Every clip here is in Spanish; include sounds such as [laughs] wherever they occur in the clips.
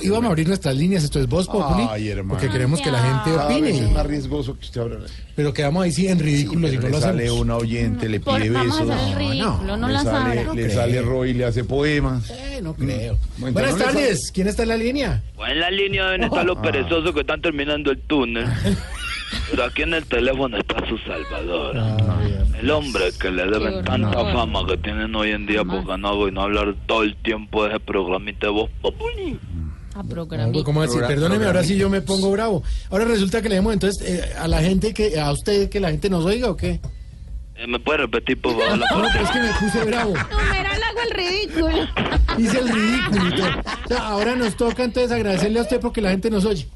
Y vamos a abrir nuestras líneas, esto es Voz Populi, Ay, hermano. porque queremos que la gente Cada vez es opine, más riesgoso que usted hablara. pero quedamos ahí sí en ridículo si no le lo sale hacemos. una oyente, le Por- pide vamos a besos. hacer el ridículo, no, le las sale, abra. le creo. sale Roy, le hace poemas. Eh, no creo. Bueno, Buenas no le tardes, ¿quién está en la línea? Pues En la línea deben estar Ah. los perezosos que están terminando el túnel. Pero aquí en el teléfono está su salvador. Ah, El hombre que le deben horror. tanta No. fama que tienen hoy en día por ganar y no hablar todo el tiempo de ese programita de voz populi. A programita. ¿Cómo decir? Progra- Perdóneme, ahora sí programita. yo me pongo bravo. Ahora resulta que le demos entonces eh, a la gente que, a usted que la gente nos oiga o qué? Eh, ¿Me puede repetir por favor la No, pregunta? pero es que me puse bravo, Numeral hago el ridículo. hice el ridículo. y todo. O sea, ahora nos toca entonces agradecerle a usted porque la gente nos oye.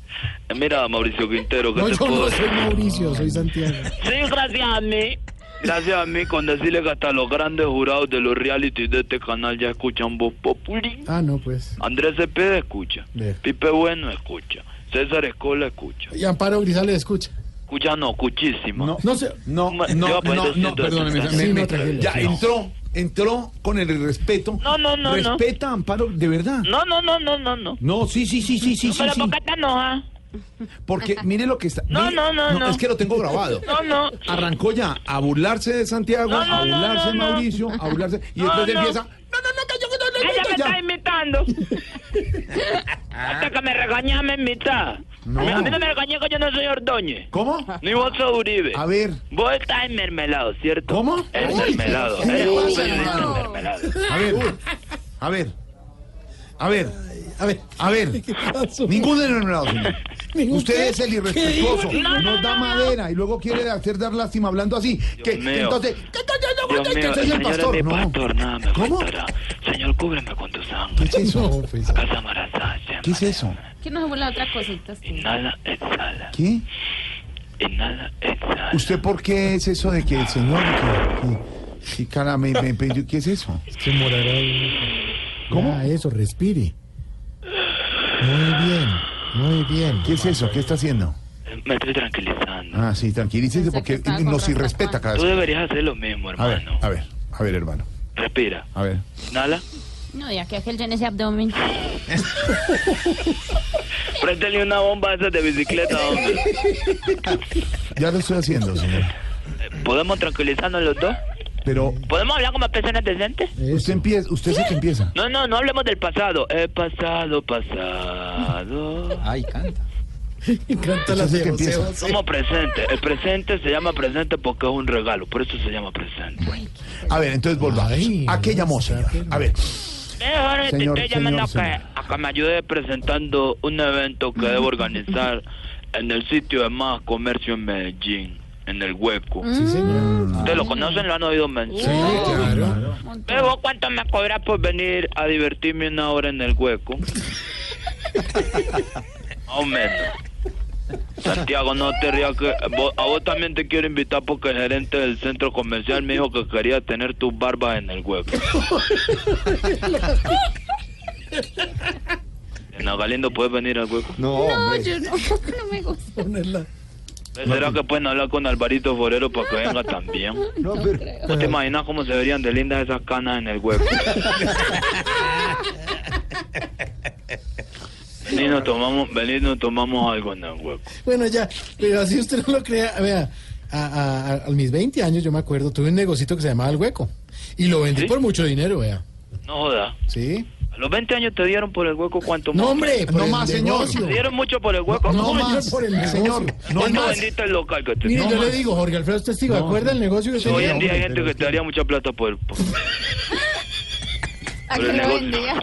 Eh, Mira, Mauricio Quintero, que No, te yo puedo no decir? soy Mauricio, soy Santiago. Sí, gracias a mí. Gracias a mí con decirle que hasta los grandes jurados de los reality de este canal ya escuchan voz populi. Ah, no, pues. Andrés Cepeda escucha. Bien. Pipe Bueno escucha. César Escola escucha. Y Amparo Grisales escucha. Escucha no, escuchísima. No, No sé. no, Ma- no, te voy a no, poner no, 200 perdóneme. pesos. me- Sí, no, me- tranquilo. ya No. entró, entró con el respeto. No, no, no, no. Respeta, Amparo, de verdad. No, no, no, no, no, no. No, sí, sí, sí, sí, sí, sí, Pero sí. ¿por qué te ah. enojas? Porque mire lo que está. No, mire- no, no, no. Es que lo tengo grabado. No, no. Arrancó ya a burlarse de Santiago, No, no, a no, burlarse de no, no. Mauricio, a burlarse. Y No, después no. empieza. No, no, no, que yo que no, no, Ella no, me ya. está imitando. Hasta que me regañas me imita. No. A mí no me regañes que yo no soy Ordóñez. ¿Cómo? Ni vos sos Uribe. A ver. Vos estás en mermelado, ¿cierto? ¿Cómo? En Uy, mermelado. ¿qué Eh, le vos pasa, periodista hermano? en mermelado. A ver, a ver, a ver, a ver, a [laughs] ver. Ningún denominado, señor. Usted es el irrespetuoso. No, no, Nos da no, no. madera y luego quiere hacer dar lástima hablando así. Que, mío. que entonces, que, que- que- Dios que- que- mío, que soy el el señor es pastor. mi No. pastor, nada me ¿Cómo? faltará. Señor, cúbreme con tu sangre. ¿Qué es eso? No, pues. Casa Marazaya. ¿Qué es eso? Que nos vuelve otra cosita. sí. Inhala, exhala. ¿Qué? Inhala, exhala. ¿Usted por qué es eso de que el señor... que- que- que cara, me- me- me- ¿Qué es eso? Se morará. ¿Cómo? Ya, eso, respire. Muy bien, muy bien. ¿Qué es eso? ¿Qué está haciendo? Eh, Me estoy tranquilizando. Ah, sí, tranquilícese Pensé que porque estaba con nos Rafa irrespeta Juan. cada Tú vez. deberías hacer lo mismo, A ver, hermano. a ver, a ver, hermano. Respira. A ver. Inhala. No, ya que aquel llene ese abdomen. Préstale una bomba a esa de bicicleta, hombre. Ya lo estoy haciendo, señora. Eh, ¿Podemos tranquilizarnos los dos? Pero ¿Podemos hablar como personas decentes? Este usted empieza, usted sí que empieza. No, no, no hablemos del pasado. El pasado, pasado. Ay, canta. Me encanta la Eso es que de José empieza. José. Como presente. El presente se llama presente porque es un regalo. Por eso se llama presente. A ver, entonces volvamos. Ay, ¿A qué llamó, no, señora? saque, no. A ver, Mejor te Señor, estoy llamando señor, a, que, señor. a que me ayude presentando un evento que debo organizar en el sitio de más comercio en Medellín, en el hueco. Sí, señor. ¿Ustedes lo conocen? ¿Lo han oído Sí, mencionar? claro. Pero vos cuánto me cobras por venir a divertirme una hora en el hueco? Más o menos. Santiago, no te rías que vos- a vos también te quiero invitar porque el gerente del centro comercial me dijo que quería tener tus barbas en el hueco. En Galindo puedes venir al hueco. No, yo no, [laughs] no me gusta. Ponerla. ¿Será que pueden hablar con Alvarito Forero para que venga también? No, creo. ¿Vos te imaginas cómo se verían de lindas esas canas en el hueco? Vení, nos tomamos, vení, nos tomamos algo en el hueco. Bueno, ya, pero así usted no lo crea. Vea, a, a- a- a mis 20 años yo me acuerdo, tuve un negocito que se llamaba El Hueco. Y lo vendí ¿Sí? por mucho dinero, vea. No joda. ¿Sí? A los 20 años te dieron por el hueco cuánto No, más? hombre, por No el más, señor. negocio. Te dieron mucho por el hueco. No Coño, más, por el negocio. señor, no ¿Cuánto más. vendiste el local que te Mire, No yo le más. digo, Jorge Alfredo es testigo, ¿acuerda el negocio que Hoy tenía? en día hay gente que te daría mucha plata por, por, ¿A por qué el lo negocio. vendía?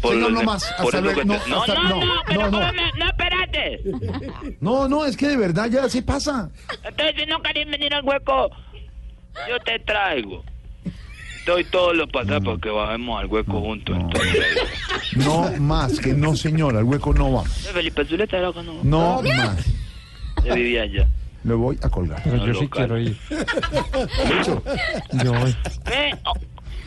Por Señor, el- no más. por Hasta eso luego. que te- No, hasta- no, no, no, no, pero no, no. cóbrame- no, espérate. no, no, es que de verdad ya se pasa. Entonces, si no querés venir al hueco, yo te traigo. Doy todos los pasajes para que bajemos al hueco juntos. Entonces, No más, que no, señora, al hueco no va. Felipe Zuleta era que no. No más. Yo vivía allá. Le voy a colgar. yo sí quiero ir. Yo, ¿Qué? Oh,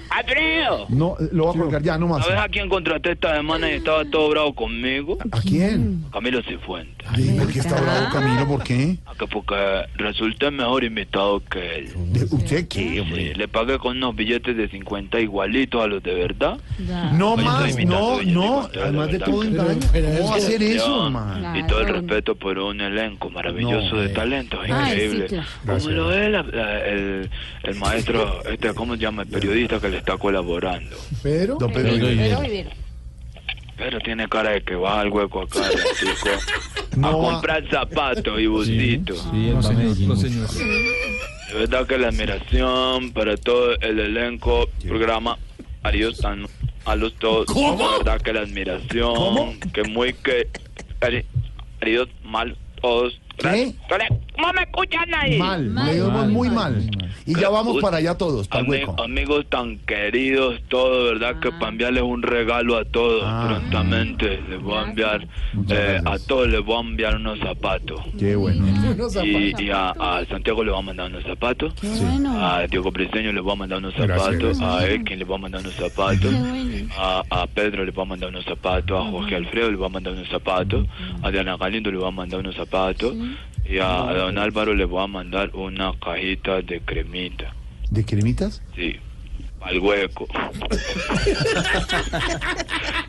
Alfredo, No, eh, lo voy a colgar ya, no más. ¿sabes a quién contraté esta semana y estaba todo bravo conmigo? ¿A quién? A Camilo Cifuentes. Ay, ¿Por qué está bravo Camilo? ¿Por qué? Ah, que Porque resulté mejor invitado que él. ¿De- ¿Usted qué, Sí, hombre? le pagué con unos billetes de 50 igualitos a los de verdad. Ya. No Oye, más, estoy no, imitando, yo no. digo, de Además de verdad. todo engaño. Pero- pero ¿Cómo va a es que- hacer eso, León, man? Y todo el Claro. respeto por un elenco maravilloso No, de eh. talentos, Ay, increíble. sí, claro. Gracias. Como lo es la- la- el, el maestro, este, ¿cómo se llama? El periodista que le está colaborando. Pedro. Don Pedro Pedro Viveros. Pero vivir. Pero tiene cara de que va al hueco acá, el chico, a No va- comprar zapatos y busitos. Sí, el Medellín. De verdad que la admiración para todo el elenco, programa, adiós tan- a los todos. ¿Cómo? De verdad que la admiración, ¿Cómo? que muy que... ari- Adiós, mal, todos. ¿Qué? No me escucha nadie. Mal, Mal, le vemos mal, muy mal, mal. muy mal. Y ya vamos Uy, para allá todos, para el ami- hueco. amigos tan queridos, todo, de ¿verdad? Que para enviarles un regalo a todos Ah. prontamente. Les voy a enviar, Muchas eh, a gracias. todos les voy a enviar unos zapatos. Qué bueno. Unos zapatos. Y, y a, a Santiago le voy a mandar unos zapatos. Qué bueno. A Diego Briseño le voy a mandar unos Gracias, zapatos. gracias. A Elkin le voy a mandar unos zapatos. Qué bueno. A, a Pedro le voy a mandar unos zapatos. A Jorge Alfredo le voy a mandar unos zapatos. A Diana Galindo le voy a mandar unos zapatos. Y a, a Don Álvaro le voy a mandar una cajita de cremita. ¿De cremitas? Sí, al hueco.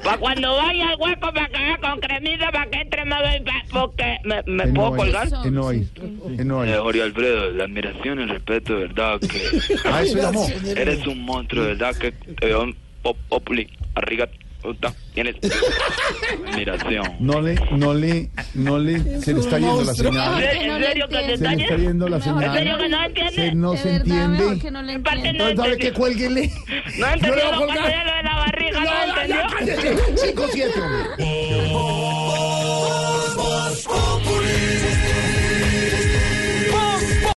Pa' cuando vaya al hueco me cagar con cremita para que entre más bien, pa- porque me, me En puedo Noir, colgar. En Noir, en Noir. Eh, Jorge Alfredo, la admiración, el respeto, de [laughs] ¿verdad? Que A Ah, eso llamó. eres un monstruo, de ¿verdad? Que eh, un pop, populi, arriba, puta, [laughs] tienes admiración. No le, no le, no le, se le está yendo la monstruo. señal. Mejor que ¿En no le serio que te Se le entienda. está yendo la Mejor ¿En serio señal. que no Se, entiendes? no De se verdad, mejor entiende. que no le Aparte entienda. No, sabe que [laughs] cuélguele. No Yo le entendió voy a lo cuando colgar. de la barriga, no No, entendió. ya, cállese. 5-7, hombre.